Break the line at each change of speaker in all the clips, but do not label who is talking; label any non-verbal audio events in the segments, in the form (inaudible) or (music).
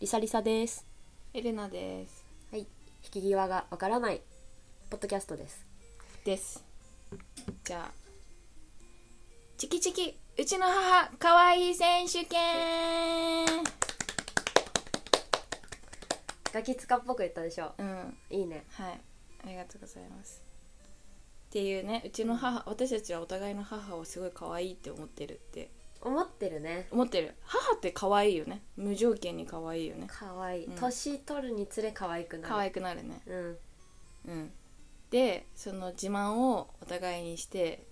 リサリサです
エレナです。
はい引き際がわからないポッドキャストです
です。じゃあ、チキチキ、うちの母、かわいい選手権
ガキ使っぽく言ったでしょ
うん、
いいね
はい。ありがとうございます。っていうね、うちの母、私たちはお互いの母をすごい可愛いって思ってるって。
思ってるね
思ってる。母って可愛いよね。無条件に可愛いよね。
可愛い
うん
年取るにつれ可愛くなる
可愛くなるね。
うん
うん。で、その自慢をお互いにして、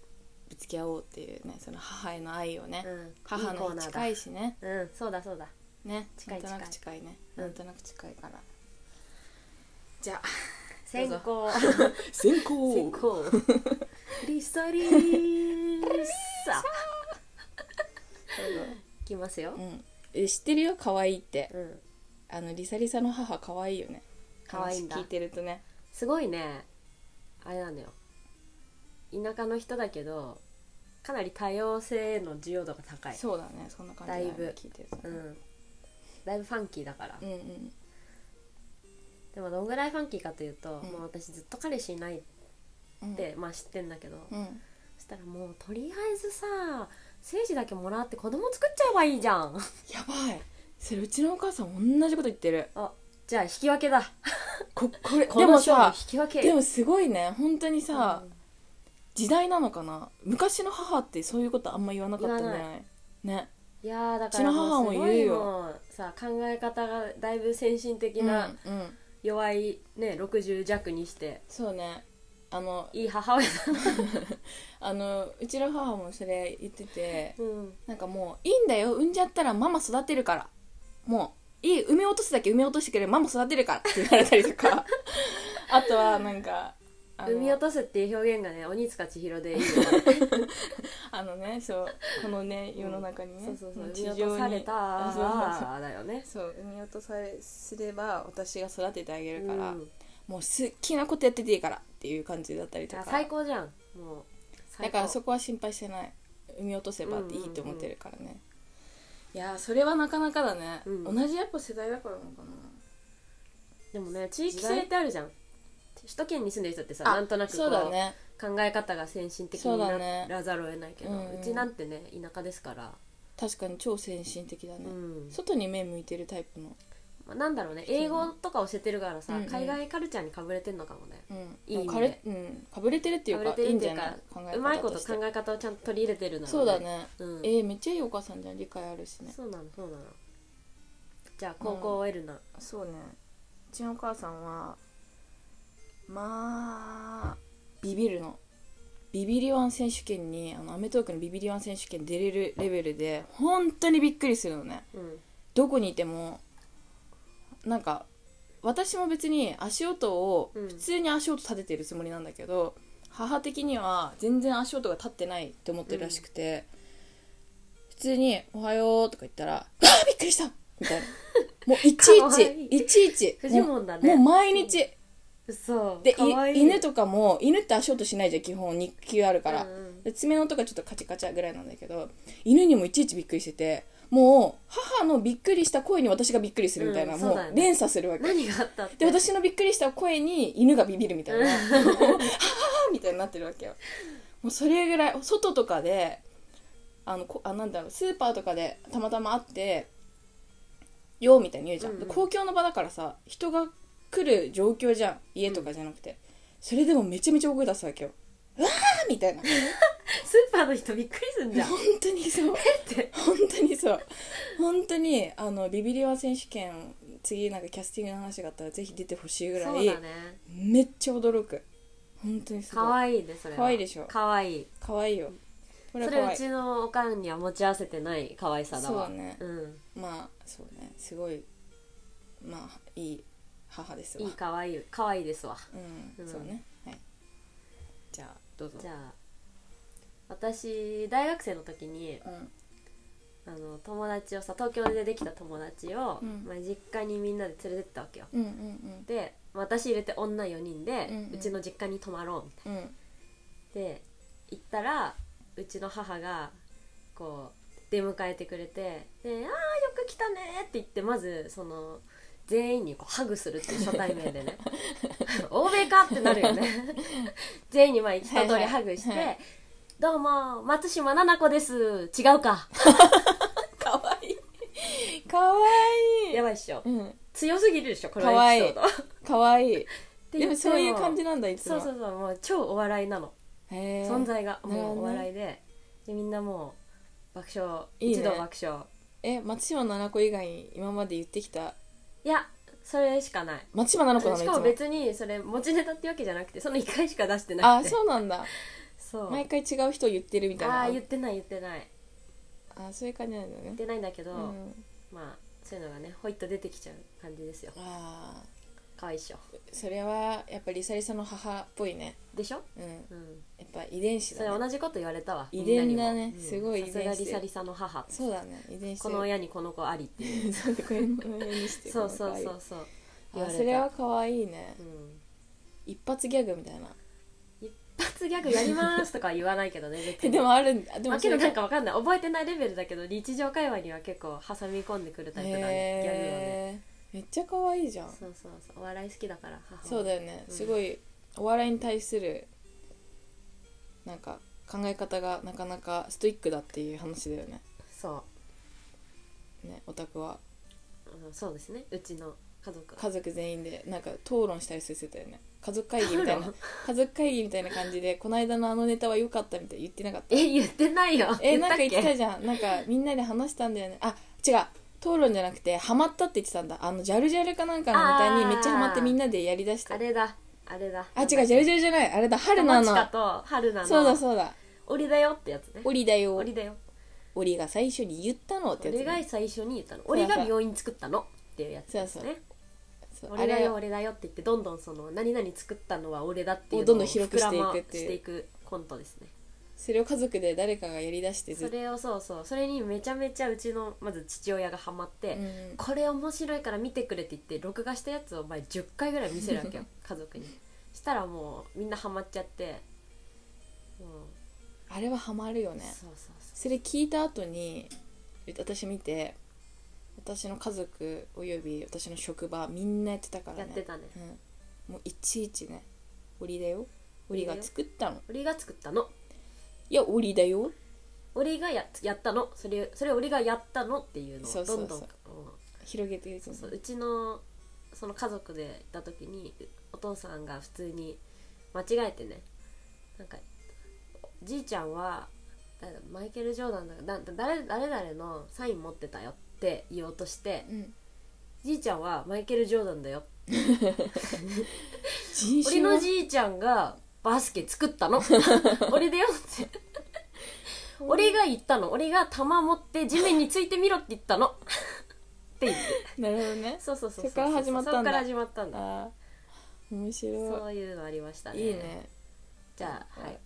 ぶつけ合おうっていうね、その母への愛をね。
うん
母の日近
い
いしね。
だうんそうだそうだ
ね
近い
なんとなく近いね、
うん
なんとなく近いからじゃあ
先
(laughs)
行
先
先行リサリサいきますよ
うんえ知ってるよ可愛いって
うん
あのリサリサの母可愛いよね
可愛いんだ
話聞いてるとね
すごいねあれなのよ田舎の人だけどかなり多様性への需要度が高い
そうだねそんな感じだよね
だいぶ
聞いてるとね、
うんだいぶファンキーだから、
うんうん
でもどんぐらいファンキーかというと、
うん
もう私ずっと彼氏いない
うん
って、まあ知ってんだけど、
うん
そしたらもうとりあえずさ精子だけもらって子供作っちゃえばいいじゃん
やばいそれうちのお母さん同じこと言ってる
あじゃあ引き分けだ
(laughs) ここれ
こ
で
の
も
勝負
さ
引き分け
でもすごいね本当にさ、
うん
時代なのかな昔の母ってそういうことあんま言わなかったんじゃない
言
ね
いやーだ
う
か
ち
ら
の
も
母
うす
も言
ご
う
い
よ
もうさ考え方がだいぶ先進的な、
うんうん、
弱いね60弱にして
そうねあの
いい母親だ、
あのうちの母もそれ言ってて
うん、
なんかもういいんだよ産んじゃったらママ育てるからもういい産み落とすだけ産み落としてくれママ育てるからって言われたりとか (laughs) あとはなんかあ
産み落
の
とすっていう表現がね鬼塚千尋で
(laughs)
いいよね
あのねそうこのね世の中にね、
そうそうそう
地
産み
上
落
に
とされた
あそうそうそう
だよね
そう産み落とされすれば私が育ててあげるから、
うん
もう好きなことやってていいからっていう感じだったりと
あ
か
最高じゃんもう
だ
最高
からそこは心配してない産み落とせばっていいって思ってるからね、いやーそれはなかなかだね、
うん
同じやっぱ世代だからなのか
でもね地域性ってあるじゃん首都圏に住んでる人ってさ
な
なんとなくこ
そうだね
考え方が先進的に
そうだ
な
ね
らざるを得ないけど
うんうん
うちなんてね田舎ですから
確かに超先進的だね、
うん
外に目向いてるタイプの、
まあなんだろうね
うね
英語とか教えてるからさ
うんうん
海外カルチャーにかぶれてんのかもね
うん、
いいね
かれうん、かぶれてるっていうか
かぶれ
い
て
い
るって
んじ
い
ゃ
うか
ない考え
うまい
方
ことと
して
考え方をちゃんと取り入れてるの
そうだね、
うん
えーめっちゃいいお母さんじゃん理解あるしね
そうなのそうなのじゃあ高校を得るな
そうねうちのお母さんはまあビビるのビビリワン選手権にあのアメトークのビビリワン選手権出れるレベルで本当にびっくりするのね
うん
どこにいてもなんか私も別に足音を
うん
普通に足音立ててるつもりなんだけど、母的には全然足音が立ってないって思ってるらしくて、普通に「おはよう」とか言っ
(laughs)
たら「うわーびっくりした!」みたいなもういち
か
い
わ
ち
いい
いちいち
フジモンだね
もうもう毎日
そう
でい
かわいい
犬とかも犬って足音しないじゃん基本日球あるから、
うんうん
で爪の音がちょっとカチャカチャぐらいなんだけど犬にもいちいちびっくりしててもう母のびっくりした声に私がびっくりするみたいな、
うん
も
そうだよね
う連鎖するわけ
何があったって
で私のびっくりした声に犬がビビるみたいな「ははみたいになってるわけよもうそれぐらい外とかであのこあなんだろうスーパーとかでたまたま会って「よ」みたいに言うじゃん、
うんうん
で公共の場だからさ人が来る状況じゃん家とかじゃなくて、それでもめちゃめちゃ大声出すわけよ「うわー!」みたいな
スーパーの人びっくりすんじゃん
本当
(laughs)
にそう
て
本当にそう本当にあのビビリワ選手権次なんかキャスティングの話があったらぜひ出てほしいぐら
そう
い、
だね
めっちゃ驚く本当にすごい
可愛いねそれは
可愛いでしょ
可愛い
かわいいよこ
それ
れはかわ
う
いい
ちのおかんには持ち合わせてない可愛さだわ
そうね
うん
まあそうねすごいまあいい母ですわ
いい可愛い可愛いですわ
うん、
うん
そうねはいじゃあどうぞ
じゃあ私大学生の時に
うん
あの友達をさ東京でできた友達を、
うん
まあ、実家にみんなで連れてったわけよ
うんうん
でまあ私入れて女4人で、う
うんうん
ちの実家に泊まろうみたいな
うんうん
で行ったらうちの母がこう出迎えてくれてで「あーよくく来たねーって言ってまずその全員にこうハグするっていう初対面で
(laughs)
ね欧米かってなるよね全員にまあ一通りハグして「
はいはい
どうも松島菜々子です違うか
かわいい (laughs) かわ」いい
やばいっしょ
うん
強すぎるでしょこの
かわ
エ
い
ピ
い
ソード
かわいい
って
で
言って
もそういう感じなんだいつ
そう
も
そうそうもう超お笑いなの
へー
存在が
なる
もう
ほど
お
ね
笑いででみんなもう爆笑
いいね
一同爆笑
え松島菜々子以外に今まで言ってきた
いやそれしかない
松島菜々子なの
し
い
かも
つも
別にそれ持ちネタってわけじゃなくてその1回しか出してな
あ
くて
そうなんだ
(laughs) そう
毎回違う人言ってるみたいな
ああー言ってない言ってない
あそういう感じなんだ
言
ね
ってないんだけど、
うん
まあそういうのがねほいっと出てきちゃう感じですよ
ああ
かわいいっしょ
それはやっぱりサリサの母っぽいね
でしょ、
うんや
うん、
っぱ遺伝子
それ
だね
同じこと言われたわ
遺伝だ
み
ね
んなにも
すごい遺伝
さすが
して
リ
る
サリサの母って
そうだね遺伝子
この親にこの子ありって
そうでこれの親にして
(laughs) そうそう
こ
そ
の
うそう
可愛
言
い
わ
あ
れた
それは可愛いね
うん
一発ギャグみたいな
一発ギャグやりますとかは言わないけどね別
え
に
(laughs) でもあるんだで
ま
も
あ、けどなんかわかんない覚えてないレベルだけど日常会話には結構挟み込んでくるタイプだねギャグをね
へえめっちゃ可愛いじゃん
そうそうそうお笑い好きだから母は
そうだよね、
うん
すごいお笑いに対するなんか考え方がなかなかストイックだっていう話だよね
そ
ねオタクは
う、うん、そうですねうちの家族
家族全員でなんか討論したりしてたよね家族会議みたい
討
な
論
家族会議みたいな感じでこの間のあのネタは良かったみたいに言ってなかった
え言ってないよ
えなんか言
言
っ
ってた
た
っ
じゃんなんかみんなで話したんだよねあ違う討論じゃなくてハマったって言ってたんだあのジャルジャルかなんかのネタにめっちゃハマってみんなでやりだし
け
た
あれだあれだ
あ違うジャルジャルじゃないあれだ春
春
菜
菜
の
のと春菜の
そうだそうだ
俺だよってやつね
オリだよ
俺だよ
オリが最初に言ったのってやつ、
俺が
ね、
最初に言ったの
うそう
俺が病院作ったのっていうやつですね
そうあ
俺だ
れ
よ
を
俺だよって言ってどんどんその何々作ったのは俺だっていうのを
どんどん広くしていく
膨ら
っていう
ましていくコントですね
それを家族で誰かがやりだしてず
そ
っと、
れをそうそうそれにめちゃめちゃうちのまず父親がハマって、
うん、
これ面白いから見てくれって言って録画したやつをお前10回ぐらい見せるわ
(laughs)
けよ家族にしたらもうみんなハマっちゃっても
あれはハマるよ
う、
ね
そうそうそ
それ聞いた後に私見て私の家族および私の職場みんなやってたか
う
らね
やってたね
うん、もういちいちね「オリだよ」「オリが作ったの」
俺が作ったの
「いやオリだよ
俺がややったのそれそれ俺がやったのっていうの
そ
を
うそ
ど
うそ
ん
う
どんうん」
広げていく
そう
の
そううちのその家族でいた時にお父さんが普通に間違えてねなんかじいちゃんはだマイケル・ジョーダンだだ誰誰々のサイン持ってたよって言おうとして
うん、
じいちゃんはマイケル・ジョーダンだよ
人
俺
種は
のじいちゃんがバスケ作っ
(laughs)
たの俺だよって俺が言ったの俺が球持って地面についてみろって言
(laughs)
ったのって言って
なるほどね
そうそうそうう
そっから始まったんだ
そっから始まったんだ
あー面
そ
白
ういうのありました
いいいね
じゃあはい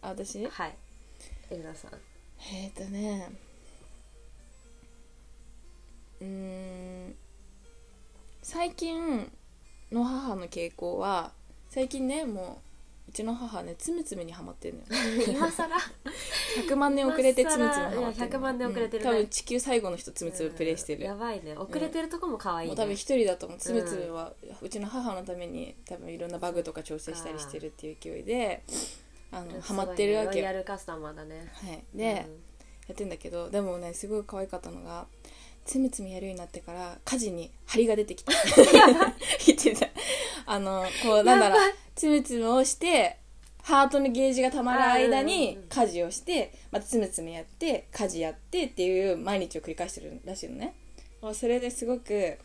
あ私
はいエルナさん
えーとねうーん最近の母の傾向は最近ねもううちの母ねつむつむにはまってるのよ
今更 (laughs)
100万年遅れてつむつむハマってるの
いや100万年遅れてるね
うん多分地球最後の人つむつむプレイしてる、
やばいね遅れてるとこも可愛い
も
ね
う多分一人だと思うつむつむはうちの母のために多分いろんなバグとか調整したりしてるっていう勢いであのハマってるわ
ロ
け
イ
よ、は
ヤルカスタマーだね
い、で、やってんだけどでもねすごい可愛かったのがつむつむやるようになってから家事に張りが出てき (laughs) た言ってたあのこうなんだろう
やばい
つむつむをしてハートのゲージがたまる間
あーうん
に
うんうん
家事をしてまたつむつむやって家事やってっていう毎日を繰り返してるらしいのねもうそれですごく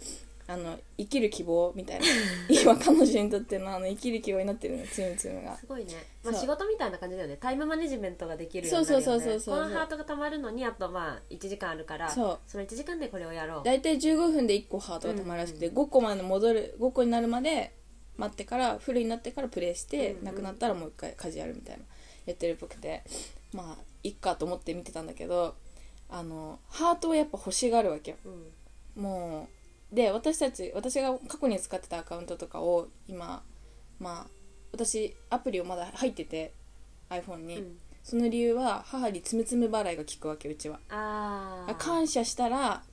あの生きる希望みたいな (laughs) 今彼女にとってのあの生きる希望になってるのつむつむが
すごいね、まあ、
そう
仕事みたいな感じだよねタイムマネジメントができるようになるよ、ね、
そうそうそうそうそう
このハートがたまるのにあとまあ1時間あるから
そう
の1時間でこれをやろう
大体15分で1個ハートがたまるらしくて、5個まで戻る5個になるまで待ってからフルになってからプレイして、
うんうん
なくなったらもう1回家事やるみたいなやってるっぽくてまあいっかと思って見てたんだけどあのハートをやっぱ欲しがるわけよ
うん
もうで私たち私が過去に使ってたアカウントとかを今まあ私アプリをまだ入ってて iPhone に、
うん
その理由は母につむつむ払いが効くわけうちは
あー
感謝したら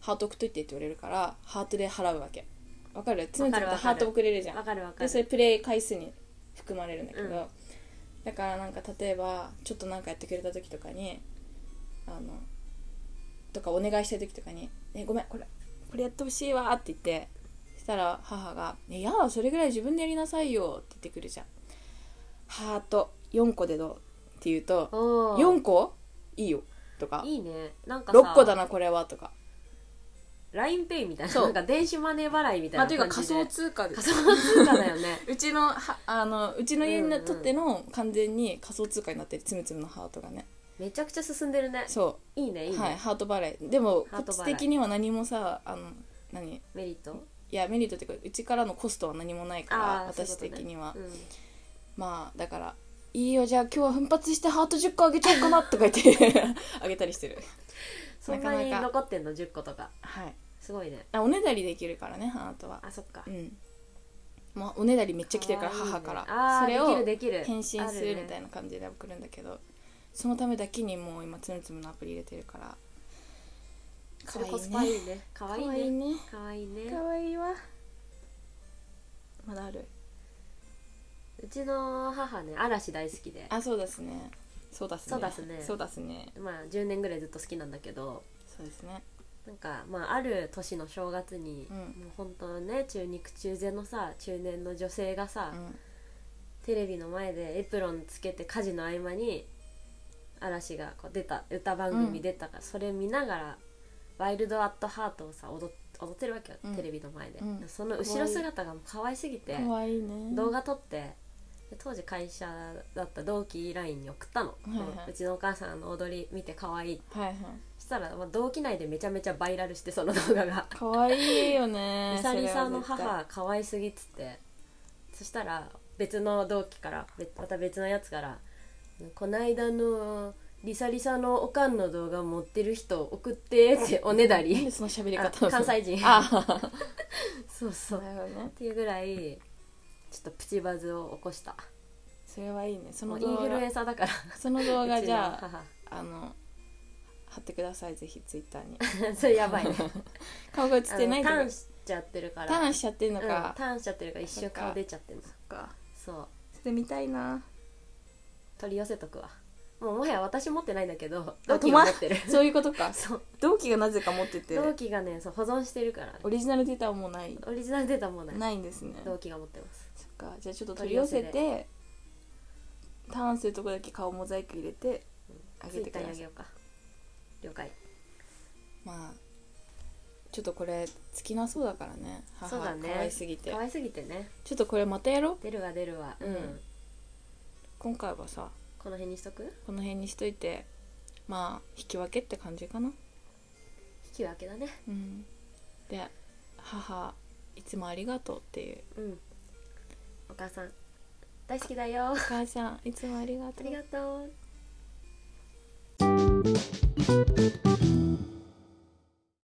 ハート送っといてって言われるからハートで払うわけわかる常々
わかるわかる
ハート送れるじゃん
わかるわか
でそれ
る
プレイ回数に含まれるんだけど、
うん
だからなんか例えばちょっとなんかやってくれた時とかにあのとかお願いしたい時とかに「ね、ごめんこれこれやってほしいわ」って言ってしたら母が「ね、いやだそれぐらい自分でやりなさいよ」って言ってくるじゃん「ハート4個でどう?」って言うと「
おー
4個いいよ」とか
いいねなん
「
かさ
6個だなこれは」とか
LINEPay みたいな
そう
なんか電子マネー払いみたい
まあ
な
という
感
か
じ
仮
で、
想通貨で
仮想通貨だよね
うちのはあのうちの家にとっての完全に仮想通貨になってるつむつむのハートがね
(laughs) めちゃくちゃ進んでるね
そ
いいね
う
いいね、
はい、ハート払いでも
ハ
こ
ート払
っ
い
ち的には何もさあの何い
メリット
やメリットっていうかうちからのコストは何もないから
あー
私
そういうことね
的には、
うん
まあだから「いいよじゃあ今日は奮発してハート10個あげちゃおうかな」とか言って (laughs) あげたりしてる
そんなに
なかなか
残ってんの10個とか
はい
すごいね
あおねだりできるからねハートは
あそっか
う
めっ
んまあおねだりめっちゃ来てるから母から
あ
そ
あ
れ
で
を
きるできる
返信するみた
あ
いな感じで送るんだけど、そのためだけにもう今つむつむのアプリ入れてるから
それコスパいいねか
か
わい
わいい
いね
ね
かわいいね
かわいいわまだある
うちの母ね嵐大好きで
あそうですねそうだすね
そうだすね
そうだすね
まあ10年ぐらいずっと好きなんだけど
そうですね
なんかまあある年の正月に、
うん
もう本当ね中肉中背のさ中年の女性がさ、
うん
テレビの前でエプロンつけて家事の合間に嵐がこう出た歌番組出たから、それ見ながら「ワイルド・アット・ハート」をさ踊っ踊ってるわけよ、
うん
テレビの前で、
うん
その後ろ姿がもう可愛すぎて
かわいいね
動画撮ってで当時会社だった同期 LINE に送ったの、
いはいう
ちのお母さんの踊り見て可愛いって
はいはい
そしたら、まあ、同期内でめちゃめちゃバイラルしてその動画が
かわいい
「
よね
(laughs) リサリサ
それ
の
は絶対
母可愛すぎ」っつってそしたら別の同期からべまた別のやつから「こないだのリサリサのおかんの動画持ってる人送って」っておねだ
なんで
り
その喋り方
あ関西人
あ
そうそ
そう
うっ
だよね
ていうぐらいちょっとプチバズを起こした
それはいいねそ
も
の
うイン
動
フルエ
画
ンサーだから
その動画じゃ
うち
あ
の母
あの貼ってくださいぜひツイッターに
(laughs) それやばい
(laughs)
ね
顔が映ってない
あの
タ
ター
ー
ンしちゃってるから
ンしちゃってんの
うん
か、
ターンしちゃってるから一瞬顔出ちゃってるの
か
そう
それ見たいな
取り寄せとくわもうもはや私持ってないんだけど
あ
同期が持ってる
(laughs) そういうこ
(laughs)
とか
そう
同期がなぜか持ってて
同期がねそう保存してるからね
オリジナルデータはもうない
オリジナルデータもうない
ないんですね
同期が持ってます
そっかじゃあちょっと取り寄せ
取り
てターンするとこだけ顔モザイク入れてあ
ツ
げ
イ
て
ッ
く
ターに
ださ
あ
い
げようか了解
まあちょっとこれ尽きなそうだからね母
そうだね
可愛すぎて
可愛すぎてね
ちょっとこれまたやろう
出るわ出るわ
うん今回はさ
この辺にしとく
この辺にしといてまあ引き分けって感じかな
引き分けだね
うんで母いつもありがとうっていう
うんお母さん大好きだよ
お母さんいつもありが
あ
とう
りがとう